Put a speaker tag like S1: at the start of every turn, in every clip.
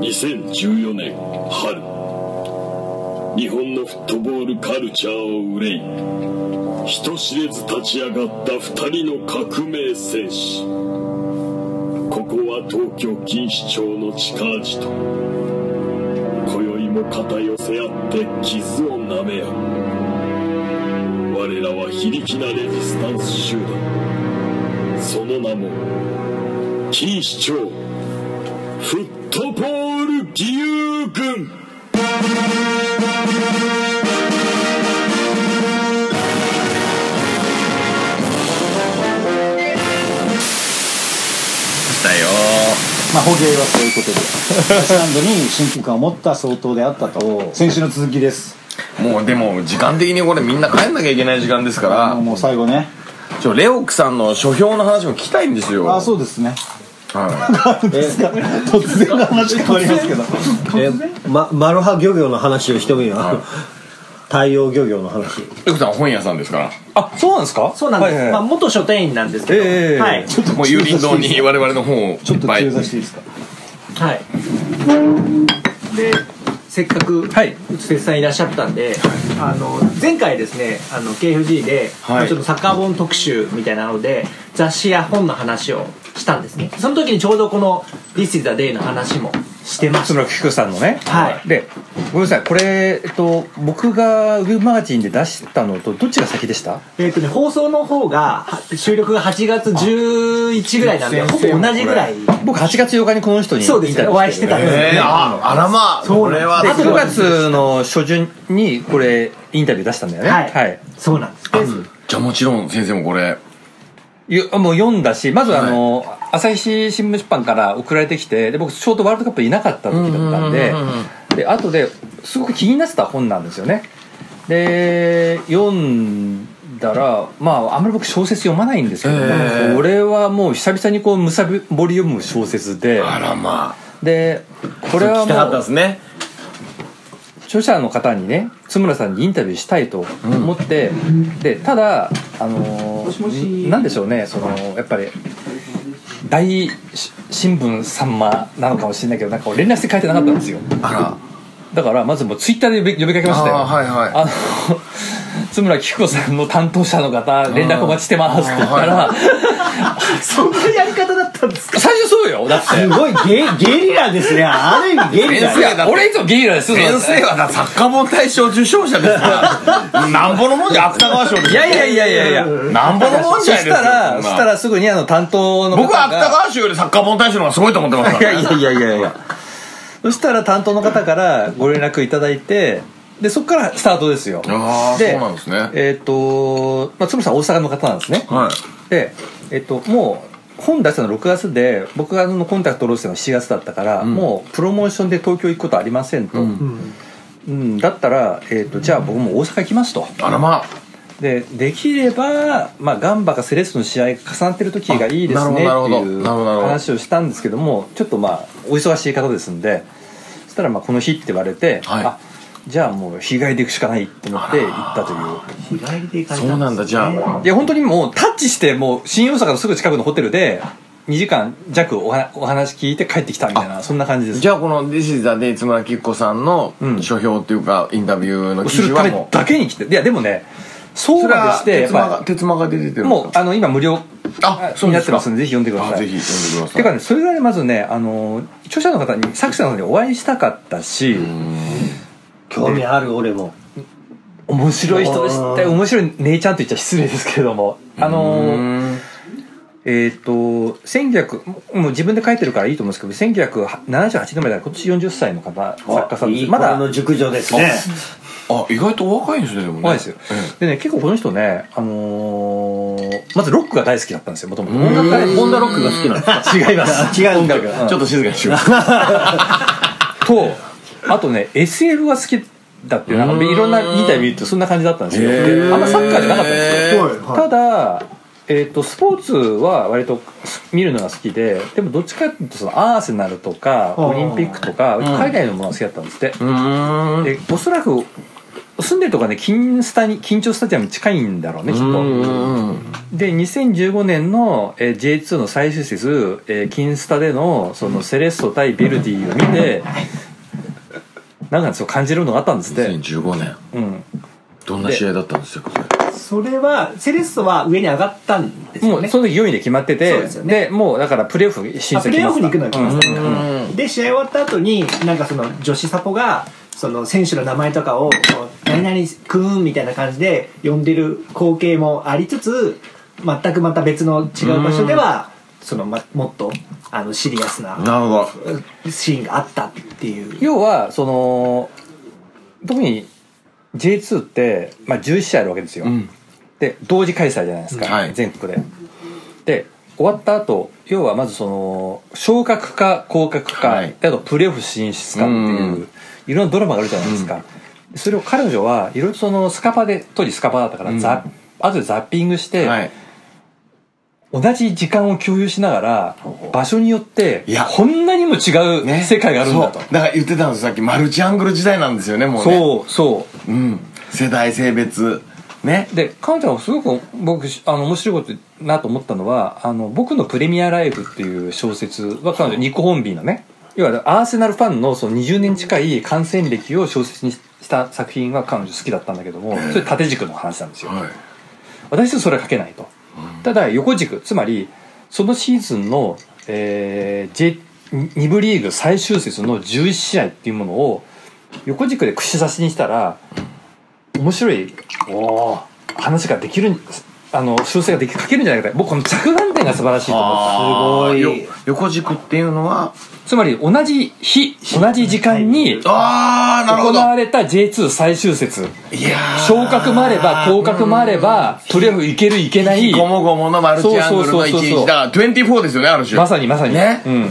S1: 2014年春日本のフットボールカルチャーを憂い人知れず立ち上がった2人の革命戦士ここは東京錦糸町の地下地と今宵も肩寄せ合って傷をなめ合う我らは非力なレジスタンス集団その名も錦糸町フットボール義勇軍
S2: だよ
S3: まあ、捕鯨はそういうことでスタンドに親近感を持った相当であったと先週の続きです
S2: もうでも時間的にこれみんな帰んなきゃいけない時間ですか
S3: あの
S2: ら
S3: もう最後ね
S2: ちょレオックさんの書評の話も聞きたいんですよ
S3: ああそうですね
S2: は
S3: ですか突然の話変わりますけど
S4: えま、マルハ漁業の話をしてみよ
S2: はい
S4: 対応漁業の話
S2: い、レオックさんは本屋さんですから
S5: あそうなんですか
S4: そうなんです、
S5: はいはい
S4: まあ、元書店員なんですけど、
S5: ええ
S4: はい、
S3: ちょっと
S2: もう有林堂に我々の本をい
S3: ちょっと
S2: っぱい
S3: 中座していいですか
S4: はい、でせっかく
S5: はい
S4: 内瀬さんいらっしゃったんで、あの前回ですねあの KFG で、
S2: はい
S4: まあちょっとサッカー本特集みたいなので雑誌や本の話をしたんですねその時にちょうどこの「This is the day」の話もしてまし
S5: そ
S4: た
S5: の菊さんのね
S4: はい
S5: でごめんなさいこれ、えっと、僕がウェブマガジンで出したのとどっちが先でした
S4: えっとね、放送の方がは収録が8月11ぐらいなんでほぼ同じぐらい
S5: 僕8月8日にこの人に
S4: そうですね
S5: インタビュー
S4: お会いしてたんですね、
S2: えー、ああらまあ
S4: そうなんです
S2: こ
S5: で
S4: あ
S2: れ
S4: と
S2: は
S5: 9月の初旬にこれインタビュー出したんだよね
S4: はい、そうなんですで
S2: じゃあもちろん先生もこれ
S5: ゆもう読んだしまずあの、朝日新聞出版から送られてきてで僕ちょうどワールドカップいなかった時だったんでで後ですごく気になってた本なんですよねで読んだらまああんまり僕小説読まないんですけども、
S2: ええ
S5: これはもう久々にこうむさぼり読む小説で
S2: あらま
S5: でこれ
S2: あ
S5: は
S2: 聞きたかった
S5: も
S2: で
S5: う
S2: すね
S5: 著者の方にね津村さんにインタビューしたいと思って、でただあのーなんでしょうねそのやっぱり大新聞さんまなのかもしれないけどなんか連絡して書いてなかったんですよ
S2: あら
S5: だからまずもうツイッターで呼び呼びかけましたよ
S2: あーはいはい
S5: あの 津村貴子さんの担当者の方連絡お待ちしてますって言ったら、
S4: そんなやり方だったんですか
S5: 最初そうよだって
S3: すごいゲゲリラですねある意味ゲリラ
S2: 先生だって
S5: 俺いつもゲリラですよ
S2: 先生はだ作家本大賞受賞者ですから なんぼのもんじゃ芥川賞で
S5: い
S2: す
S5: やいやいやいやいや
S2: なんぼのもんじ
S5: そ
S2: ゃないで
S5: し
S2: すよ
S5: た
S2: そん
S5: ら、そ
S2: な
S5: したらすぐにあの担当の方が。
S2: 僕は芥川賞より作家本大賞の方がすごいと思ってます
S5: い
S2: か
S5: や
S2: ら、ね、
S5: いやいやいやいや。そしたら担当の方からご連絡いただいて、で、そこからスタートですよ。
S2: あーそうなんですね
S5: えっ、と、まあ、つむさん大阪の方なんですね。
S2: はい
S5: で、えっ、と、もう、本出したの6月で、僕があのコンタクトロースのは7月だったから、もうプロモーションで東京行くことありませんと。うんだったら、えっとじゃあ僕も大阪行きますと
S2: あらまあ
S5: でできれば、まあ、ガンバかセレッソの試合が重なってる時がいいですねってい
S2: あなるほど
S5: う
S2: なるほどなるほどなるほど
S5: 話をしたんですけどもちょっとまあお忙しい方ですんでそしたらまあこの日って言われて、
S2: はい
S5: あじゃあもう日帰りで行くしかないって思って行ったという
S4: 日帰りで行かれたんですね
S2: そうなんだじゃあ
S5: いや本当にもうタッチしてもう新大阪のすぐ近くのホテルで2時間弱おはお話聞いて帰ってきたみたいなそんな感じです
S2: じゃあこの「This is the day 津村きっこさん」の
S5: うん
S2: 書評っていうかインタビューの記
S5: す
S2: 事
S5: る
S2: は
S5: ため
S2: もう
S5: だけに来ていやでもねそう
S2: それ
S5: まで
S2: は
S5: して
S2: 鉄
S5: やっ
S2: 馬
S5: ぱ
S2: が鉄馬が出ててるんですか
S5: もうあの今無料
S2: あそう
S5: に
S2: で
S5: なっ
S2: す
S5: て
S2: か
S5: ますんでぜひ読んでくだ
S2: あ
S5: さい
S2: ぜひ読んでくださ
S5: て
S2: い
S5: かねそれがねまずねあの著者の方に作者の方にお会いしたかったし
S4: 興味ある俺も
S5: 面白い人でしたよ面白い姉ちゃんと言っちゃ失礼ですけれどもあのえっ、と1900もうもう自分で書いてるからいいと思うんですけど1978年まで今年40歳の方作家さんですまだ
S4: の熟女ですね
S2: あ意外とお若いんですねでもね
S5: 怖いですよ、でね結構この人ね、あのーまずロックが大好きだったんですよもともと音楽家で
S2: ホンダロックが好きなんですか
S5: 違います
S3: 違う
S5: 音楽が、
S2: ちょっと静かにしよう
S5: とあとね SF が好きだっていうなんかいろんなインタビューってそんな感じだったんですよ
S2: へー
S5: であんまサッカーじゃなかったんですよ、
S3: はいはい
S5: ただ、えー、とスポーツは割と見るのが好きででもどっちかっていうとそのアーセナルとかオリンピックとか海外のものが好きだったんですって、
S2: うーん
S5: でおそらく住んでるとかね金スタに緊張スタジアムに近いんだろうねきっと
S2: うん
S5: で2015年の、えー J2 の最終節、えー、金スタでのそのセレッソ対ビルディを見てなんかそう感じるのがあったんですって、
S2: 2015年
S5: うん、
S2: どんな試合だったんですかそ
S4: そ
S2: れ
S4: れはセレッソは上に上がったんです
S5: も
S4: よ
S5: う
S4: ね
S5: その時4位で決まって
S4: そう
S5: て
S4: です
S5: で,、
S4: よね
S5: もうだからプレーオフ進
S4: あ
S5: 出
S4: プレーオフに行くのは
S5: 決
S4: 来
S5: ま
S4: ま
S5: っ
S4: したた、で試合終わった後になんかその女子サポがその選手の名前とかを「何々くん」みたいな感じで呼んでる光景もありつつ全くまた別の違う場所ではその、ま、もっとあのシリアスな
S2: なるほ
S4: シーンがあったっていう
S5: 要はその特に J2 って、まあ、11試合あるわけですよ、
S2: ん
S5: で同時開催じゃないですか、
S2: はい
S5: 全国でで終わった後要はまずその昇格か降格か、
S2: はい
S5: であとプレーオフ進出かっていう、
S2: うん
S5: いろんなドラマがあるじゃないですか、それを彼女はいろいろそのスカパで当時スカパだったから、
S2: うん
S5: ザ後でザッピングして、
S2: どはい
S5: 同じ時間を共有しながら場所によって
S2: いや
S5: こんなにも違う
S2: ね
S5: 世界があるんだと、
S2: そうだから言ってたんですさっきマルチアングル時代なんですよねもうね
S5: そうそう
S2: う、ん、世代性別ね
S5: で彼女はすごく僕あの面白いことなと思ったのは「あの僕のプレミアライフ」っていう小説は彼女ニコ・ホンビーのねいわゆるアーセナルファンのその20年近い感染歴を小説にした作品は彼女好きだったんだけどもそれ縦軸の話なんですよ
S2: はい
S5: 私はそれは書けないとただ横軸つまりそのシーズンの、えー J2 部リーグ最終節の11試合っていうものを横軸で串刺しにしたら面白いおー話ができるんあの修正ができかけるんじゃないかと僕この着眼点が素晴らしいと思った
S2: あー
S4: すごい
S2: よ横軸っていうのは
S5: つまり同じ日同じ時間に
S2: ああなるほ
S5: 行
S2: ど
S5: われた J2 最終節
S2: いやー
S5: 昇格もあれば降格もあればプレーオフいけるいけない
S2: ごもごものマルチアングルの一
S5: そうそうそうそ
S2: 日だ
S5: う
S2: から24ですよねある種
S5: まさにまさに
S2: ね
S5: うん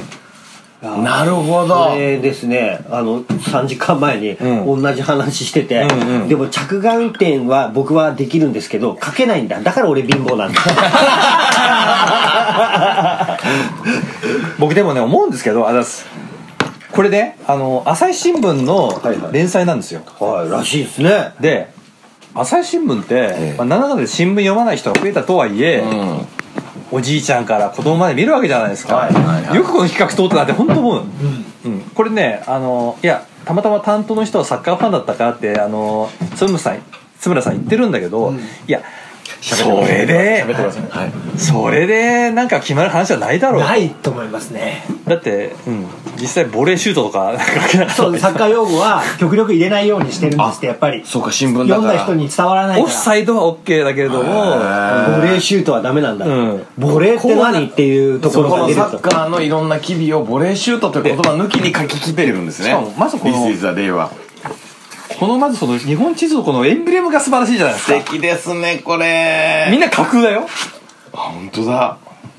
S2: なるほど
S6: これですねあの3時間前に同
S5: ん
S6: じ話してて、
S5: うんうん
S6: でも着眼点は僕はできるんですけど書けないんだだから俺貧乏なんだ
S5: 僕でもね思うんですけどあざっすこれねあの朝日新聞
S6: はいは
S5: の
S6: い
S5: 連載なんですよ、
S6: はいらしいですね
S5: で朝日新聞って、
S2: え
S5: まあ、なんだかんだで新聞読まない人が増えたとはいえ、
S2: うん
S5: おじいちゃんから子供まで見るわけじゃないですか、
S6: はい
S2: はいはい
S5: よくこの企画通ったなって本当思う、うんこれねあのいやたまたま担当の人はサッカーファンだったからってあの津村さん津村さん言ってるんだけど、いやそれで
S2: はい
S5: それでなんか決まる話じゃないだろう
S4: ないと思います ね
S5: だって、うん、実際ボレーシュートとかかけなかった
S4: そう
S5: り
S4: サ
S5: さ
S4: ッカー用語は極力入れないようにしてるんですってやっぱり
S2: そうか新聞だ
S4: 読ん
S2: から
S4: だ人に伝わらない
S5: オ
S4: か
S5: フ
S4: ら
S5: サイドは OK だけれども
S6: ボレーシュートはダメなんだ、
S5: うん
S6: ボレーって何っていうとこ
S2: そ
S6: ろ
S2: こ
S6: が
S2: の
S6: 出る
S2: サッ
S6: と
S2: カーのいろんな機微をボレーシュートという言葉抜きに書ききてるんですね
S5: しかもまずこの
S2: This is the day は
S5: このまずその日本地図のこのエンブレムが素晴らしいじゃないです
S2: 素
S5: か
S2: 敵ですねこ
S5: み
S2: れ
S5: んな架空だよ
S2: あ本当だ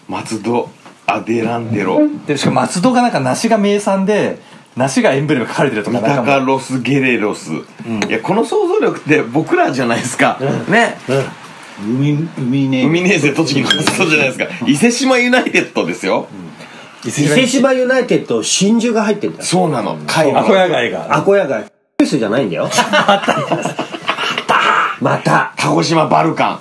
S2: 松戸アデランデロ
S5: でしかも松戸がなんか梨が名産で梨がエンブレム書かれてるとか
S2: 三
S5: なん
S2: 鷹
S5: かも
S2: ロスゲレロス、いやこの想像力って僕らじゃないですか、ね
S3: 海海ね
S2: 海ネーゼ栃木の人じゃないですか伊勢島ユナイテッドですよ、
S5: 伊
S6: 伊勢
S5: 勢島
S6: 島ユナイテッド真珠が入ってんだよ
S2: そうなの海
S5: アコヤ街が
S6: アコヤ街フェスじゃないんだよまた
S2: 鹿児島バルカン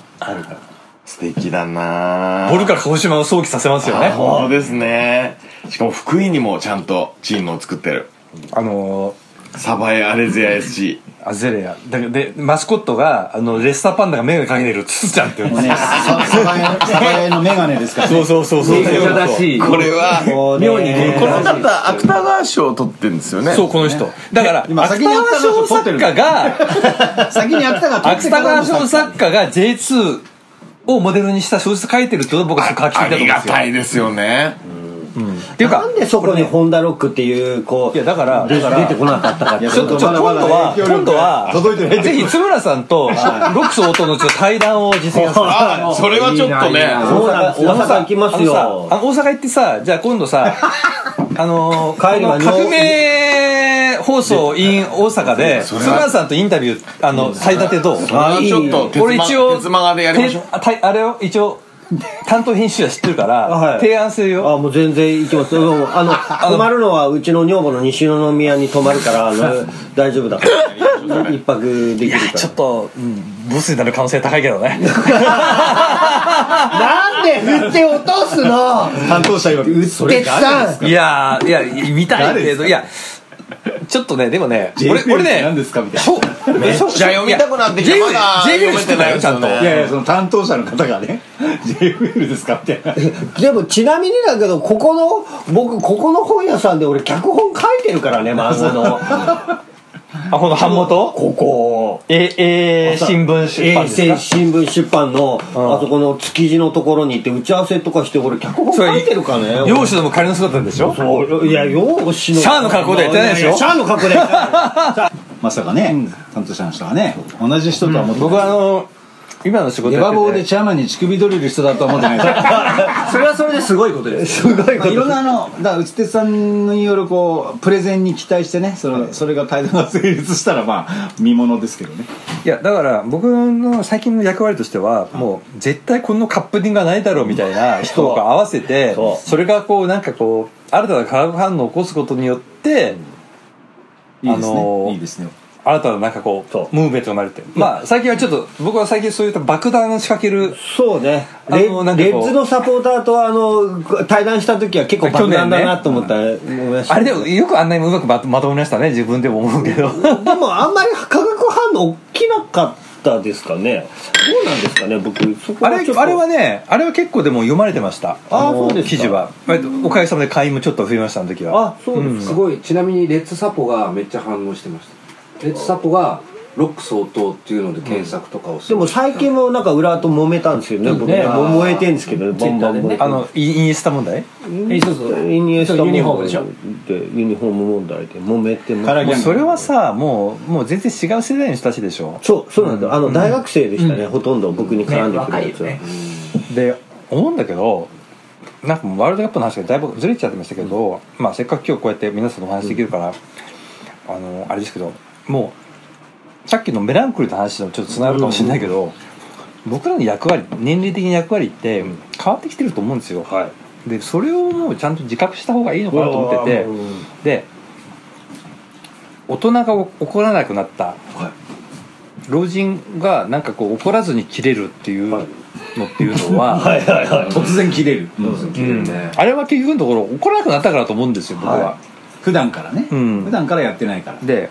S2: 素敵だな
S5: ボルから鹿児島を想起させますよね
S2: あ本当ですねしかも福井にもちゃんとチームを作ってる
S5: あの
S2: サバエアレゼア SG
S5: ーアゼレアででマスコットがあのレッサーパンダが眼鏡かけてるツツちゃんっていうん
S3: も
S5: で
S3: うね
S5: すよ
S3: ササバエサバエの眼鏡ですからね
S5: そうそうそうそう
S6: しい
S2: これは
S6: 妙にね
S2: この方芥川賞を取ってるんですよね
S5: そうこの人だから
S3: 今先
S5: 芥
S3: に
S5: 川賞作家が
S3: 先に芥川取って
S5: 芥
S3: から
S5: 川
S3: の
S5: 賞作家が J2 をモデルにした小説書いてるってことを僕は書き
S2: あ
S5: たいと思う
S2: り
S5: んで
S2: が
S5: すよ
S2: たいですよね
S5: っていうか
S6: なんでそこにホンダロックっていうこう
S5: いやだから
S6: 出
S5: だから
S6: 出てこなかったかって
S3: いや
S5: ちょっとちょっと今度は
S3: まだまだ
S5: 今度は
S3: 届いてない
S5: ぜひ津村さんとロックス音のちょっと対談を実現する
S2: あそれはちょっとね
S6: そうなんです大阪行きます
S5: あの
S6: よ
S5: さあの大阪行ってさじゃあ今度さあの
S6: 帰りは
S5: この革命放送 in 大阪で津
S2: それは
S5: 村さんとインタビューあの最立てどう
S2: あちょっと
S5: 俺一応
S2: 鉄マガでやりましょう
S5: てあたいあれを一応担当編集者知ってるから、
S6: はい
S5: 提案するよ
S6: あもう全然行きますよもうあの泊まるのはうちの女房の西宮に泊まるからあの 大丈夫だから一泊できるから
S5: ちょっと、うん、ブスになる可能性高いけど ね
S6: なんで振って落とす の
S3: 担当者よりそ
S6: 哲さん
S5: いやーいや見たいけどいやちょっとねでもね俺俺
S3: 何で
S5: ね
S3: すかみたい
S5: そうめっちゃ
S2: 読みたくなってきたまだ
S5: JFL 知ってたよちゃんと
S2: 読めてないですよね
S3: ないやいやその担当者の方がね JFL ですかみたいな
S6: でもちなみにだけどここの僕ここの本屋さんで俺脚本書いてるからね漫画の
S5: あこの版元
S6: ここ
S5: ええー新聞 出版です
S6: 衛
S5: か
S6: 星新聞出版のあそこの築地のところに行って打ち合わせとかして俺脚本書いてるからね
S5: 漁師のも仮の姿でしょ
S6: そういやよしの
S5: シャアの格好ではやってないでしょ
S6: ややシャアの格好ではやってない
S3: まさかね担当者の人がね同じ人とは思って
S5: 僕はあの今の仕事
S3: 出
S5: やっ
S3: 馬
S5: てて
S3: 棒でチャーマンに乳首取れる人だとは思ってないです
S4: それはそれですごいことです
S6: すご い
S3: まあいろんなあのだから内哲さんによるこうプレゼンに期待してねその、それが態度が成立したらまあ見ものですけどね
S5: いやだから僕の最近の役割としてはもう絶対このカップリングがないだろうみたいな人とか合わせて
S6: そ
S5: そうれがこうなんかこう新たな化学反応を起こすことによって
S3: いいですね、
S5: あのー
S3: いいですね
S5: 新たななんかこ
S6: そう
S5: ムーブメントが生まれてまあ最近はちょっと僕は最近そういった爆弾を仕掛ける
S6: そうね
S5: あ
S6: レ
S5: のなんかこう
S6: レッズのサポーターとあの対談した時は結構爆弾だなと思った、思いました
S5: あれでもよくあんなにうまくまとまとめましたね自分でも思うけ ど
S6: でもあんまり化学反応起きなかったですかねどうなんですかね僕そこ
S5: あ
S6: はちょっ
S5: れ
S6: と
S5: あれはねあれは結構でも読まれてました
S6: あー
S5: の
S6: そうですか
S5: 記事は割とおかげさまで会員もちょっと増えましたあの時は
S6: あそうです
S7: すごいちなみにレッツサポがめっちゃ反応してましたレッツサポがロック相当っていうので検索とかをす
S6: で
S7: る、
S6: も最近もなんか裏と揉めたんですよね僕ね
S7: ね
S6: も燃えてんですけどねバンバン
S7: ツイッ
S5: あ
S6: あ
S5: のイインスタ問題
S4: えそうそう
S6: ユニ
S4: そうユニフォームでしょ
S6: ユニフォーム問題で揉めても
S3: カラーギャング
S5: それはさもうもう全然違う世代の人たちでしょ
S6: そうそうなんですよあの大学生でしたね、ほとんど僕に絡んでくるやつは、
S4: ね若
S5: で思うんだけどなんかもうワールドカップの話がだいぶずれちゃってましたけど、まあ、せっかく今日こうやって皆さんとお話できるから、あのあれですけどもうさっきのメランコリーの話とちょっとつながるかもしれないけど、僕らの役割年齢的な役割って変わってきてると思うんですよ、でそれをもうちゃんと自覚した方がいいのかなと思っててで大人が怒らなくなった、老人がなんかこう怒らずに切れるっていうのっていうの は、
S6: はいはいはい
S3: 突然切れる、
S7: 綺麗ね
S5: あれは結局のところ怒らなくなったからと思うんですよ僕は、
S3: は普段からね、
S5: うん
S3: 普段からやってないから、
S5: で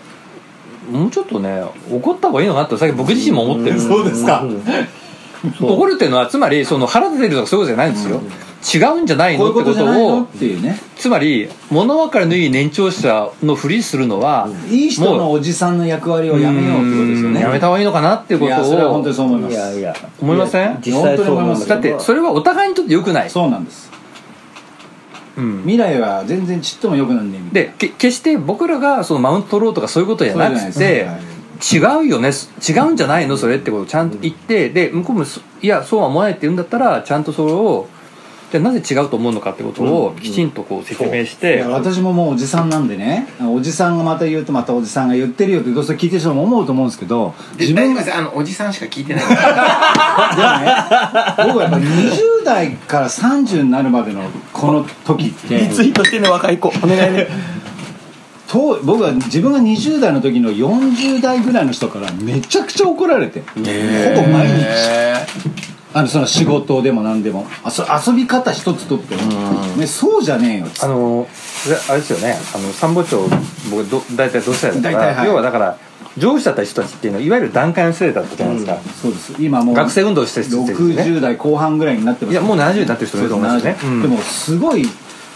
S5: もうちょっとね怒った方がいいのかなって最近僕自身も思ってる
S3: そうですか、
S5: 怒るっていうのはつまりその腹立てるとかそういうことじゃないんですよ、違うんじゃない
S3: こうい
S5: の
S3: うこ
S5: ってこと
S3: じゃない
S5: と
S3: の
S5: を
S3: っていうね
S5: つまり物分かりのいい年長者のふりするのは、
S3: いい人の
S5: もう
S3: おじさんの役割をやめようってことですよね
S5: やめた方がいいのかなっていう
S3: い
S5: こ
S3: やそれ
S5: と
S3: は本当
S5: を
S3: にそう思いま
S6: い
S3: す
S6: やいや
S5: 思いません
S6: 実際そう思います
S5: だってそれはお互いにとって良くない、
S3: そうなんです
S5: うん
S3: 未来は全然ちっとも良くなんねえみたいな
S5: でけ決して僕らがそのマウント取ろうとかそういうことじゃな
S3: そう
S5: く
S3: じゃない
S5: て
S3: で
S5: 違うよね違うんじゃないのそれってことをちゃんと言ってで向こうもそいやそうは思わないって言うんだったらちゃんとそれをじゃあなぜ違うと思うのかってことをきちんとこう説明して、
S3: いや私ももうおじさんなんでねおじさんがまた言うとまたおじさんが言ってるよってどうせ聞いてる人も思うと思うんですけど
S2: 自
S3: 自
S2: 分が
S3: 分 が
S2: あのおじさんしか聞いて ないから
S3: でもね僕はやっぱ20代から30になるまでのこの時って
S4: ツイートしてね若い子お願いね
S3: と僕は自分が20代の時の40代ぐらいの人からめちゃくちゃ怒られてほぼ毎日あのその仕事でも何でもあそ遊び方一つとっても、ね、そうじゃねえよっつ
S5: あ
S3: って
S5: のであれですよねあの参謀長僕ど大体同世代だから
S3: 大体はい
S5: 要はだから上司だった人たちっていうのはいわゆる段階の世代だったじゃないですか、
S3: そうです今もう
S5: 学生運動してる人ですね
S3: 60代後半ぐらいになってます
S5: いやもう70になってる人もいると思うんですよね
S3: そう70
S5: うん
S3: でもすごい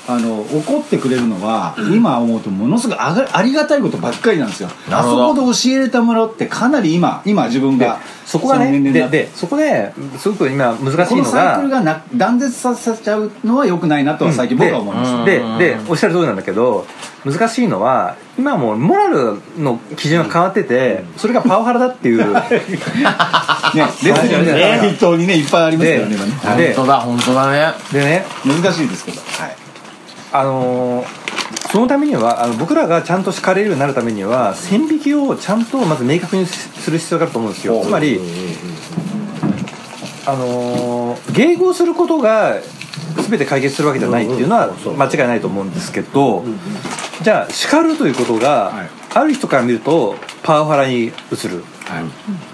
S3: あの怒ってくれるのは今思うとものすごくあがありがたいことばっかりなんですよあそこで教えれたものってかなり今今自分
S5: で
S3: が
S5: そこが
S3: の年
S5: ね
S3: 齢にな
S5: で
S3: って
S5: でそこですごく今難しい
S3: こ
S5: の
S3: の
S5: が
S3: サイクルがな断絶させちゃうのは良くないなとは最近僕は思います
S5: ででおっしゃる通りなんだけど難しいのは今もうモラルの基準が変わっててそれがパワハラだっ ていう
S3: ねレスリング
S5: ね
S3: ね本当にねいっぱいありますか
S5: で
S3: らね今ね
S5: で
S2: 本当だ本当だね
S5: でね
S3: 難しいですけどはい
S5: あのーそのためにはあの僕らがちゃんと好かれるようになるためには線引きをちゃんとまず明確にする必要があると思うんですよつまりあのー迎合することが全て解決するわけじゃないっていうのは間違いないと思うんですけどじゃあ叱るということが
S3: はい
S5: ある人から見るとパワハラに移る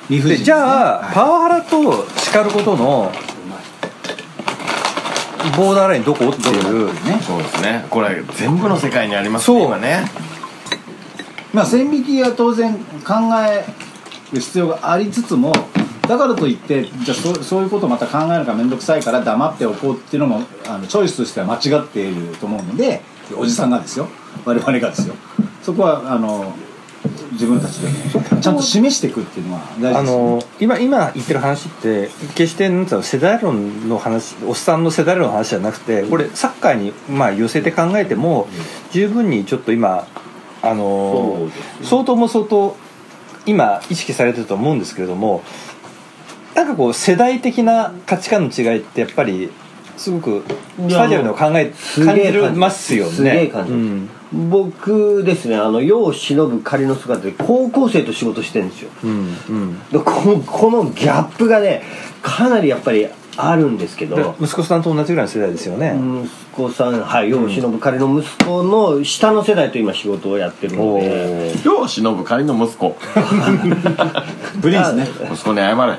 S3: 理不尽で
S5: で
S3: すね
S5: じゃあ、
S3: はい
S5: パワハラと叱ることのボーダーラインどこっていう
S2: そうですねこれ全部の世界にあります
S5: そう
S2: ね今ね
S3: まあ線引きは当然考える必要がありつつもだからといってじゃあそそういうことをまた考えるのが面倒くさいから黙っておこうっていうのもあのチョイスとしては間違っていると思うのでおじさんがですよ我々がですよそこはあの自分たちでちゃんと示していくっていうのは大事です
S5: あ
S3: よね
S5: の今今言ってる話って決してなんつうの世代論の話おっさんの世代論の話じゃなくてこれサッカーにまあ寄せて考えても十分にちょっと今あの相当も相当今意識されてると思うんですけれどもなんかこう世代的な価値観の違いってやっぱりすごくスタジアムの考え
S6: す
S5: 感
S6: げえ
S5: じますよね。
S6: すげえ感じ
S5: うん
S6: 僕ですねあの世を忍ぶ仮の姿で高校生と仕事してるんですよ
S5: うんうん
S6: でここのギャップがねかなりやっぱりあるんですけど
S5: 息子さんと同じぐらいの世代ですよね。
S6: 息子さんはい世を忍ぶ仮の息子の下の世代と今仕事をやってるので
S2: 世を忍ぶ仮の息子
S3: プリンスね
S2: 息子に謝れ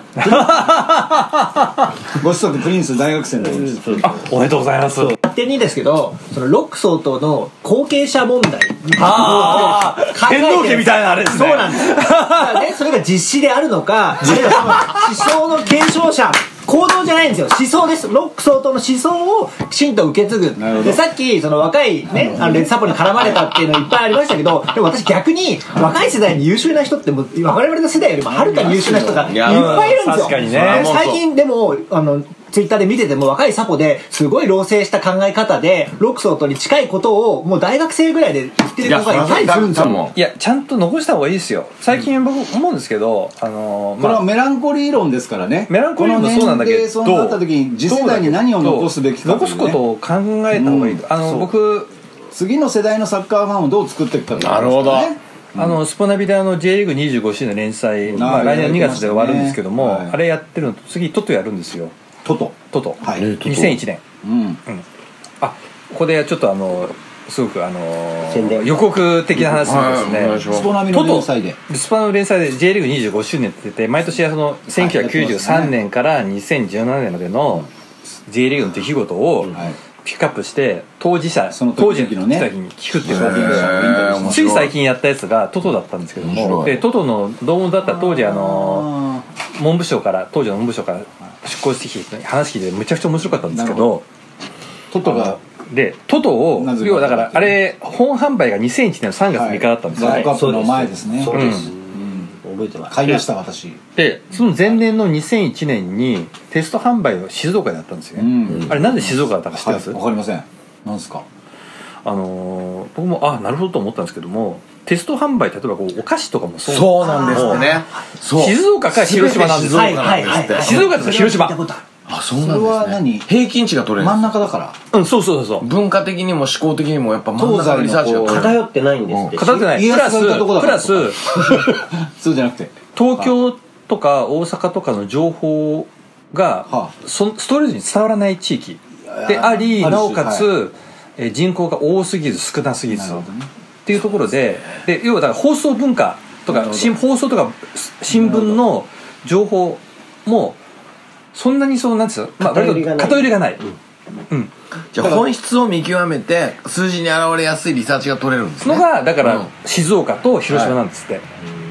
S3: ご子息プリンス大学生の時です
S6: そう
S5: あおめでとうございます。
S4: 勝手にですけどそのロック相当の後継者問題
S5: ああ天皇家みたいなあれですね
S4: そうなんですよだから ねそれが実施であるのかあるいはその思想の継承者行動じゃないんですよ思想ですロック相当の思想をきちんと受け継
S3: るほ
S4: ぐ
S3: ど
S4: でさっきその若いねあのレッツサポに絡まれたっていうのいっぱいありましたけどでも私逆に若い世代に優秀な人ってもう我々の世代よりもはるかに優秀な人がいっ
S2: いや
S4: ぱいいるんですよ
S5: 確かにね
S4: で
S5: それは
S2: もうそう
S4: 最近でもあのツイッターで見てても若いサポですごい老成した考え方でロック相当に近いことをもう大学生ぐらいで言ってる子がいたりするんですよ
S2: も
S5: いやちゃんと残した方がいいですよ最近僕思うんですけど、あの
S3: これは
S5: まあ
S3: メランコリー論ですからね
S5: メランコリーもそうなんだ
S3: この年
S5: けど
S3: 齢そうなった時に次世代に何を残すべきか
S5: 残すことを考えた方がいい、
S3: うん
S5: あの僕
S3: 次の世代のサッカーファンをどう作っていくかってこと
S2: なるほど
S3: ですね
S5: あのスポナビであの J リーグ25周年連載、まあ、来年の2月で終わるんですけども、
S3: はい
S5: あれやってるのと次トトやるんですよ
S3: トト
S5: トト、
S3: はい
S5: 2001年
S3: うん
S5: あここでちょっとあのすごくあの
S6: 宣伝
S5: 予告的な話ですね、
S2: はいお願いします
S3: スポナビの
S5: トト
S3: 連載で
S5: スパの連載で J リーグ25周年って言って毎年その1993年から2017年までの J リーグの出来事を
S3: はい
S5: ピックアップして当事者
S3: その
S5: 当時
S3: 時
S5: の
S3: 々のね
S5: 人たちに聞くっていう
S2: へー
S5: の
S2: 面白い
S5: をつい最近やったやつがトトだったんですけど
S2: 面
S5: も
S2: 白い
S5: でトトのドームだった当時あの
S3: あ
S5: 文部省から当時の文部省から出向してきて話聞いてめちゃくちゃ面白かったんですけ
S3: なる
S5: ど
S3: ートトが
S5: でトトを
S3: なぜか
S5: 要はだからあれ本販売が2001年の3月3日だったんですよ
S3: ワールドカップの前ですね
S6: そうです、覚えてます
S3: 買いました私
S5: でその前年の2001年にテスト販売を静岡でやったんですよね、
S3: うん
S5: あれなんで静岡だったか知って
S3: はい
S5: ます、
S3: わかりませんなんですか
S5: あのー僕もあなるほどと思ったんですけどもテスト販売例えばこうお菓子とかもそう
S2: そうなんですってねそう
S5: 静岡か広島なんです
S2: 静
S5: よ
S2: 岡なんですって
S5: 静岡と広島
S2: あそうなん
S3: それは
S2: ですね
S3: 何
S2: 平均値が取れる
S3: 真ん中だから
S5: うんそうそうそうそう
S2: 文化的にも思考的にもやっぱ真ん
S3: 東西
S2: 中
S3: の
S2: リサーチが取れる
S6: 偏ってないんですって
S5: 偏ってない
S3: 家
S5: プラス
S3: 康がいたとこだ
S5: プ
S3: から
S5: ラス
S3: そうじゃなくて
S5: 東京とか大阪とかの情報が
S3: は
S5: そストレージに伝わらない地域であり
S3: ある種
S5: なおかつ、
S3: は
S5: えー人口が多すぎず少なすぎず
S3: なるほどね
S5: っていうところでで要はだから放送文化とか新放送とか新聞の情報もそんなにそうなんですよ、まあ、割
S6: 偏
S5: と
S6: りがない
S5: 偏りがない、うん、
S2: じゃあ本質を見極めて数字に表れやすいリサーチが取れるんですね
S5: のがだか
S2: うん
S5: ら静岡と広島なんですって、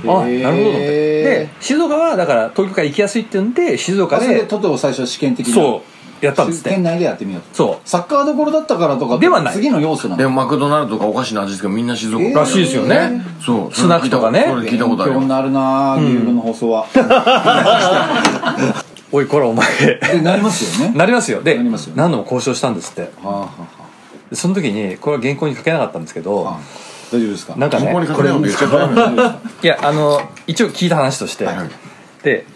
S5: あなるほどと思ってで静岡はだから東京から行きやすいっていうんで静岡
S3: あそれ
S5: で
S3: でトトを最初は試験的に
S5: そうやったんです
S3: 県
S5: ね
S3: 内でやってみようと
S5: そ
S3: サッカーどころだったからとか
S5: ではない
S3: 次の要素なん
S2: で
S3: だ
S2: もマクドナルドとかお菓子の味付けもみんな静岡
S3: らしいですよね
S2: そう
S5: スナックとかね
S2: それ聞いたことある
S3: 勉強になるなあ牛乳の放送は
S5: うおいこらお前
S3: でなりますよね
S5: なりますよで
S3: なりますよね
S5: 何度も交渉したんですって
S3: はあはあはあ
S5: でその時にこれは原稿に書けなかったんですけど、
S3: あ大丈夫ですか
S5: なんか
S2: ここに
S5: ね
S2: 書かれるの言っちゃダメ
S3: 大丈夫ですか
S5: いやあの一応聞いた話として、
S2: はい
S5: で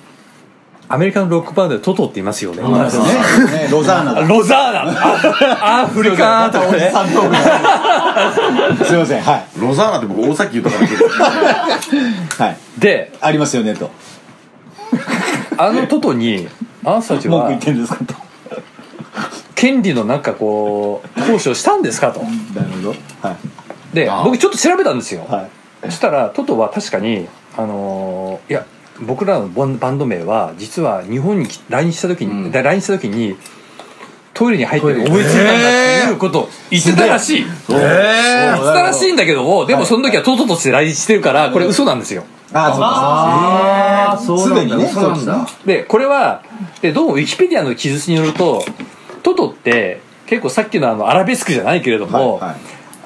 S5: アメリカのロックバンドでトトって言いますよね、
S3: ねねロザーナだ
S5: ロザーナ あアフリカーとかね
S3: すいませんはい
S2: ロザーナって僕大崎豊だけど
S3: はい
S5: で
S3: ありますよねと
S5: あのトトにあなたたち
S3: 文句言
S5: は
S3: ってんですかと
S5: 権利のなんかこう交渉したんですかと
S3: なるほどはい
S5: で
S2: あ
S5: 僕ちょっと調べたんですよ、
S3: はい
S5: そしたらトトは確かにあのーいや僕らのバンバンド名は実は日本に来来日した時に、
S2: ん
S5: で来日した時にトイレに入ってる思いついたんだっていうことを言ってたらしい言って
S2: え
S5: たらしいんだけどもでもその時はとうとうとして来日してるからこれ嘘なんですよ
S2: ああそうすでにね
S7: そうなんだ
S5: でこれはでどうもウィキペディアの記述によるとトトって結構さっきのあのアラベスクじゃないけれども、
S2: はいはい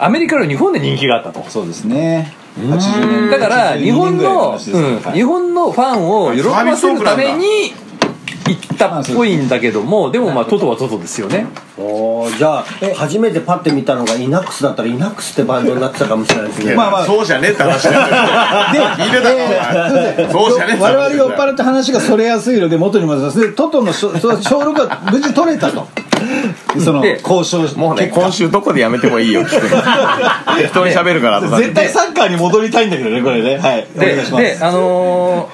S5: アメリカより日本で人気があったと。
S2: そうですね80年
S5: だから
S2: 82
S5: 日本
S2: ぐらい
S5: の、
S2: 話ですね
S5: うん
S2: はい
S5: 日本のファンを喜ばせるために行ったっぽいんだけどもでもまあトトはトトですよね
S6: おーじゃあ初めてパッて見たのがイナックスだったらイナックスってバンドになってたかもしれないですね
S3: まあまあ
S2: そうじゃねえって話だよ聞いてたかお前そうじゃねえって話だよ
S3: 我々酔っ払って話がそれやすいので元に戻すそれでトトのショ そ小6が無事取れたとその
S5: で
S3: 交渉
S2: もうね
S3: 結果
S2: 今週どこでやめてもいいよ聞くの人に喋るからとか
S3: 絶対サッカーに戻りたいんだけどねこれねはいお
S5: で
S3: 願いしま
S5: ですあの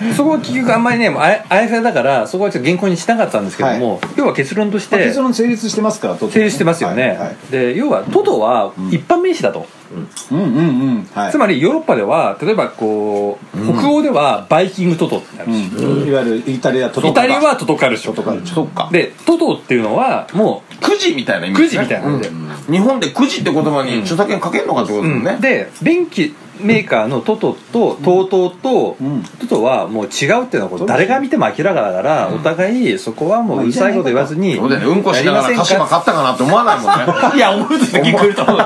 S5: ーそこは結局あんまりねあやあやふやだからそこはちょっと原稿にしなかったんですけども、要は結論として
S3: 結論成立してますからトトね
S5: 成立してますよね、
S3: はいはい
S5: で要はトトは一般名詞だと、
S3: うんうんうんはい
S5: つまりヨーロッパでは例えばこう、北欧ではバイキングトトってなるし、
S3: うんいわゆるイタリアト
S5: イタリアはトトカルシ
S3: ト
S5: ョ
S3: トカルチョそっか
S5: でトトっていうのはもう
S2: 9時みたいな意味
S5: 9時みたいな
S2: う
S5: 感
S2: ん
S5: じで、
S2: 日本で9時って言葉に著作権かけるのかってことだもんね、
S5: で電機メーカーのトトと TOTO と
S3: うん
S5: トトはもう違うっていうのはこれ誰が見ても明らかだからお互いそこはもううるさいこと言わずに
S2: そうだよねうんこしなが
S5: や
S2: ら
S5: り
S2: 鹿
S5: ません
S2: 島
S5: か
S2: 買ったかなって思わないもんねいや思うとぎっくりと
S3: ま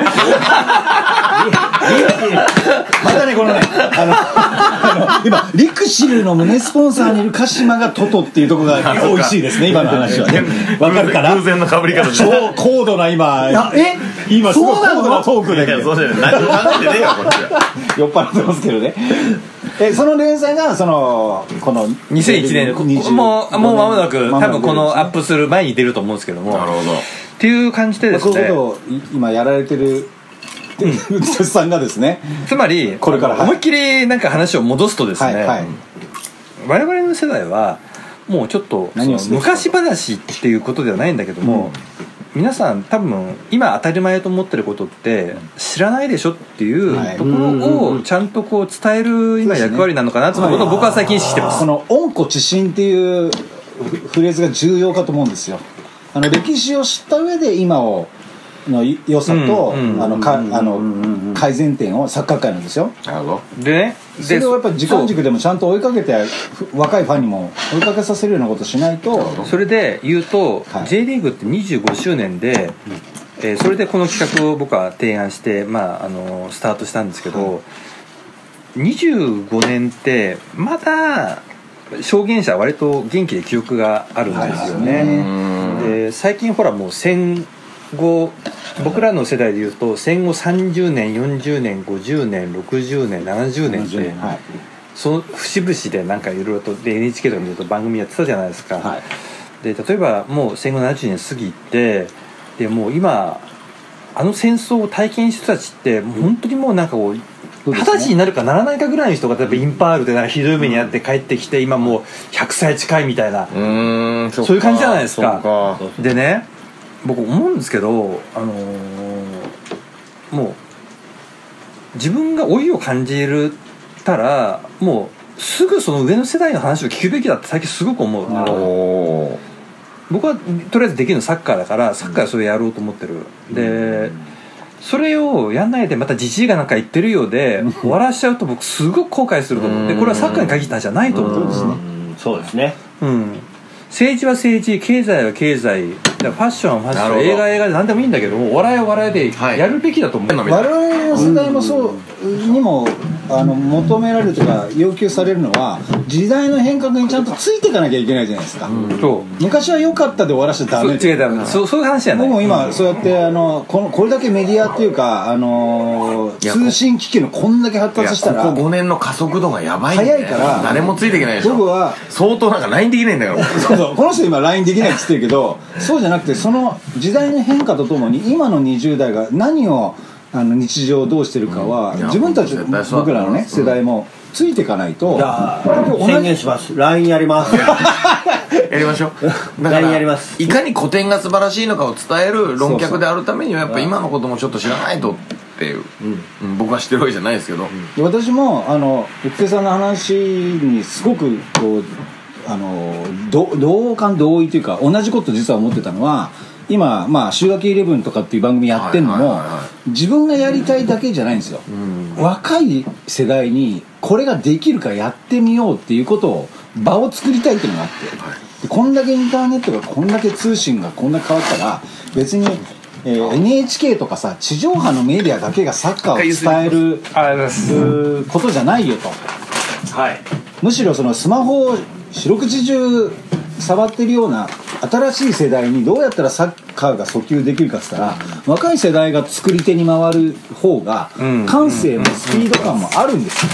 S3: たねこのねあのあの今リクシルの胸スポンサーにいる鹿島がトトっていうところが美味しいですね今の話はねわかるかな
S2: 偶然の被り方じゃ
S3: 超高度な今
S6: え
S3: 今すごい高度なトークで
S2: いやそうじゃない何も考えてねえよこっちは
S3: 酔っ払ってますけどねえその連載がそのこの
S5: 2001年もうもう間もなく多分このアッ
S3: プ
S5: プする前に出ると思うんですけども
S2: なる
S5: っ
S2: ほど
S5: ていう感じでです
S3: そういう
S5: ね
S3: ことをい今やられてる 宇津さんがですね
S5: つまり
S3: これからはい
S5: 思いっきりなんか話を戻すとです
S3: はいは
S5: ね
S3: い
S5: 我々の世代はもうちょっと
S3: 何を
S5: その昔話っていうことではないんだけども、皆さん多分今当たり前と思ってることって知らないでしょっていう
S3: はい
S5: ところをちゃんとこう伝える今役割なのかなっていうことを僕は最近意識してま
S3: こ
S5: す。
S3: の「恩子知心」っていうフフレーズが重要かと思うんですよあの歴史を知った上で今をのい良さと
S5: うんうん
S3: あのかあの改善点をサッカー界のですよ
S2: なるほど
S5: でね
S3: それ
S5: で
S3: をやっぱ時間軸でもちゃんと追いかけてふ若いファンにも追いかけさせるようなことしないと
S5: それで言うと、
S3: はい
S5: J リーグって25周年で、えーそれでこの企画を僕は提案して、まああのスタートしたんですけど、25年ってまだ証言者は割と元気で記憶があるんですよね。で最近ほらもう戦後僕らの世代で言うと戦後30年40年50年60年70年って、
S3: はい
S5: その節々でなんかいろいろとで NHK とか見ると番組やってたじゃないですか、
S3: はい
S5: で例えばもう戦後70年過ぎてでもう今あの戦争を体験した人たちってもう本当にもうなんかこう
S3: そうで
S5: 二十
S3: すね
S5: 歳になるかならないかぐらいの人が例えばインパールでなんかひどい目にあって帰ってきて今もう100歳近いみたいな
S2: うーんそっか
S5: そういう感じじゃないですか
S2: そう
S5: でね僕思うんですけどあのーもう自分が老いを感じるたらもうすぐその上の世代の話を聞くべきだって最近すごく思う
S2: かおー
S5: 僕はとりあえずできるのサッカーだからサッカーはそれやろうと思ってる、でそれをやんないでまたじじいがなんか言ってるようで終わらしちゃうと僕すごく後悔すると思うでこれはサッカーに限ったんじゃないと思う
S6: そうですね
S5: うん、政治は政治経済は経済だからファッションはファッシ
S2: なる
S5: ョ
S2: ほ
S5: ン
S2: ど
S5: 映画は映画で何でもいいんだけどお笑いはお笑いで
S2: はい
S5: やるべきだと思う、
S3: 我々の世代もそうにもあの求められるとか要求されるのは時代の変革にちゃんとついていかなきゃいけないじゃないですか
S5: そう
S3: 昔は良かったで終わらせちゃダ
S5: そう
S3: メ
S5: 違う違うそうそういう話じゃない
S3: 僕も今そうやってあのこのこれだけメディアっていうかあのー
S2: いや
S3: 通信機器のこんだけ発
S2: いや
S3: 達したら
S2: ここ5年の加速度がやばいんだよ
S3: 早いから
S2: 誰もついていけないでしょ
S3: 僕は
S2: 相当なんか LINE できないんだから
S3: そうそうこの人今 LINE できないっつってるけどそうじゃなくてその時代の変化とともに今の20代が何をあの日常をどうしてるかは、
S2: うんいや
S3: 自分たち
S2: 絶対そうだ
S3: 僕らのね世代もついていかないと、
S6: じゃ
S3: 同
S6: あ
S3: じ
S6: 宣言します LINE や ります
S2: やりましょうだか
S6: LINE
S2: ら
S6: やります
S2: いかに古典が素晴らしいのかを伝える論客であるためにはやっぱ今のこともちょっと知らないとっていう、うん僕は知ってるわけじゃないですけど、
S3: で私もあの福家さんの話にすごくこうあのど同感同意というか同じこと実は思ってたのは今、まあ「週明けイレブン」とかっていう番組やってるの
S2: はい
S3: も
S2: はいはいは
S3: 自分がやりたいだけじゃないんですよ、若い世代にこれができるからやってみようっていうことを場を作りたいっていうのがあって、でこんだけインターネットがこんだけ通信がこんな変わったら別に、えー NHK とかさ地上波のメディアだけがサッカーを伝える
S5: ありがとうございます
S3: うーことじゃないよと。
S5: はい
S3: むしろそのスマホを四六時中触ってるような新しい世代にどうやったらサッカーが訴求できるかっつったら若い世代が作り手に回る方が感性もスピード感もあるんですよ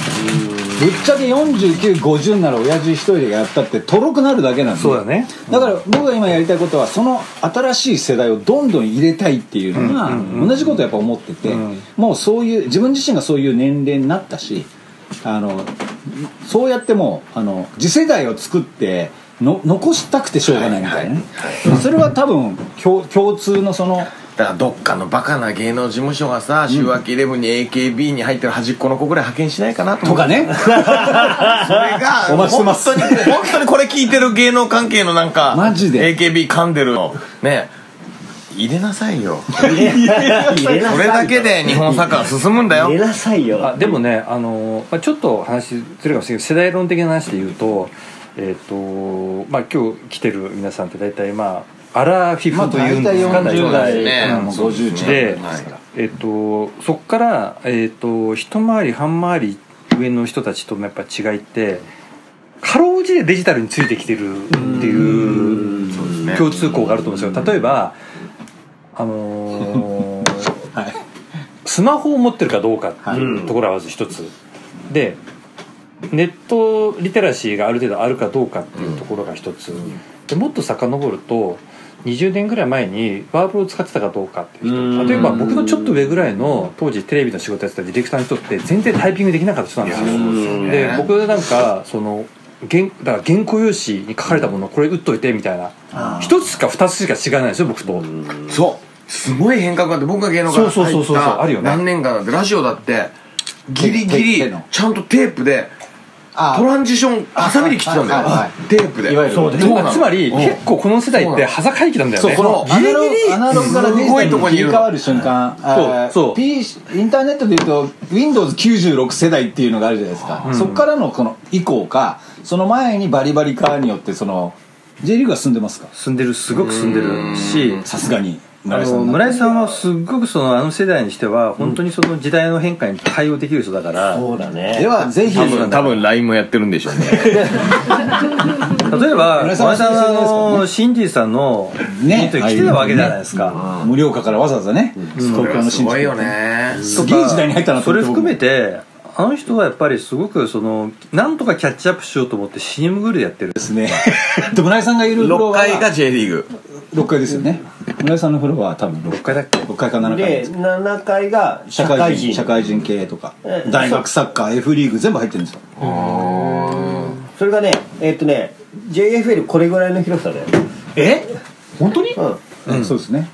S3: ぶっちゃけ4950なら親父一人でやったってとろくなるだけなんで
S5: そうだね
S3: だから僕が今やりたいことはその新しい世代をどんどん入れたいっていうのが同じことやっぱ思っててもうそういう自分自身がそういう年齢になったしあのそうやってもうあの次世代を作っての残したくてしょうがないみたいなねそれは多分共共通のその
S2: だからどっかのバカな芸能事務所がさ週明けイレブンに AKB に入ってる端っこの子ぐらい派遣しないかなと
S3: と
S2: 思って
S3: か ね
S2: それが
S3: お待ちしてます
S2: 本当に本当にこれ聞いてる芸能関係のなんか
S3: マジで
S2: AKB 噛んでるのね入れなさいよ
S6: 入れな
S2: そ
S6: さい
S2: れだけで日本サッカーは進むんだよ
S6: 入れなさい
S5: あ
S6: よ
S5: でもね、あのまあ、ちょっと話ずれかもしれないけど世代論的な話で言うと,、えーとまあ、今日来てる皆さんって大体まあアラフィ
S3: まあ
S5: フというん
S3: 大
S5: で
S3: 体
S5: すか、
S3: 40代
S2: ね
S3: からもう50近
S5: で
S3: く
S5: えっとそこから、えっと一回り半回り上の人たちとのやっぱ違いってかろうじてデジタルについてきてるっていう共通項があると思うんですよ例えばあの ー
S3: はい
S5: スマホを持ってるかどうかっていうところはまず一つ、でネットリテラシーがある程度あるかどうかっていうところが一つ、でもっと遡ると20年ぐらい前にワープロを使ってたかどうかっていう人例えば僕のちょっと上ぐらいの当時テレビの仕事やってたディレクターの人って全然タイピングできなかった人なんですよで僕なんかその原だから原稿用紙に書かれたものをこれ打っといてみたいな一つか二つしか違いないですよ僕と
S2: そうすごい変革があって僕が芸能界に
S5: そうそ
S2: 入
S5: う
S2: っ
S5: そうそうあるよ
S2: た
S5: ね
S2: 何年間だってラジオだってギリギ
S3: 手手
S2: リ
S3: の
S2: ちゃんとテープで
S3: あ
S2: トランジションハサミで切ってたんだ
S3: はいはいは
S2: よテープで
S3: いわゆる
S2: そう
S5: で
S2: なの
S5: つまり
S2: うん
S5: 結構この世代って羽坂回帰なんだよ
S3: そう
S5: ね
S3: この
S2: ギリギリ
S3: アナログアナログからデジタルに切り替わる瞬間あー
S5: そうそう
S3: P インターネットでいうと Windows96 世代っていうのがあるじゃないですか、そこからのこの以降かその前にバリバリ化によってその J リーグは進んでますか
S5: 住んでるすごく住んでるし
S3: さすがに
S5: あ
S3: 村井さ
S5: の
S3: んなん
S5: 村
S3: か
S5: 井さんはすっごくそのあの世代にしては本当にその時代の変化に対応できる人だから、
S6: そうだ
S3: で
S6: ね
S3: はぜひ
S2: 多分多分 LINE もやってるんでしょうね
S5: 例えば村
S3: 村
S5: 井
S3: 井
S5: さ
S3: さ
S5: ん
S3: ん
S5: は
S3: は
S5: あのシンジーさんの
S3: ね
S5: 時来てたわけじゃないですか、
S3: 無料化からわざわざね、東京の
S2: す
S3: 新
S2: ごいよ
S3: 宿
S2: ね
S3: すげえ時代に入ったなと
S5: そ
S3: 思
S5: れ
S3: って
S5: 含めてあの人はやっぱりすごくそのなんとかキャッチアップしようと思って CM グルでやってる
S3: ですねで村井さんがいるフ
S2: 6
S3: ロア
S2: 階が J リーグ
S3: 6階ですよね村井さんのフロアは多分
S5: 6
S3: 6
S5: 回だっけ
S3: 6階か7階
S6: で7階が
S3: 社
S6: 社
S3: 会
S6: 会
S3: 人
S6: 人
S3: 社会人系とか
S6: え
S3: 大学サッカー F リーグ全部入ってるんですよ
S6: それがねえーっとね JFL これぐらいの広さだよ
S5: え
S4: 本当に
S6: うん
S3: そうですね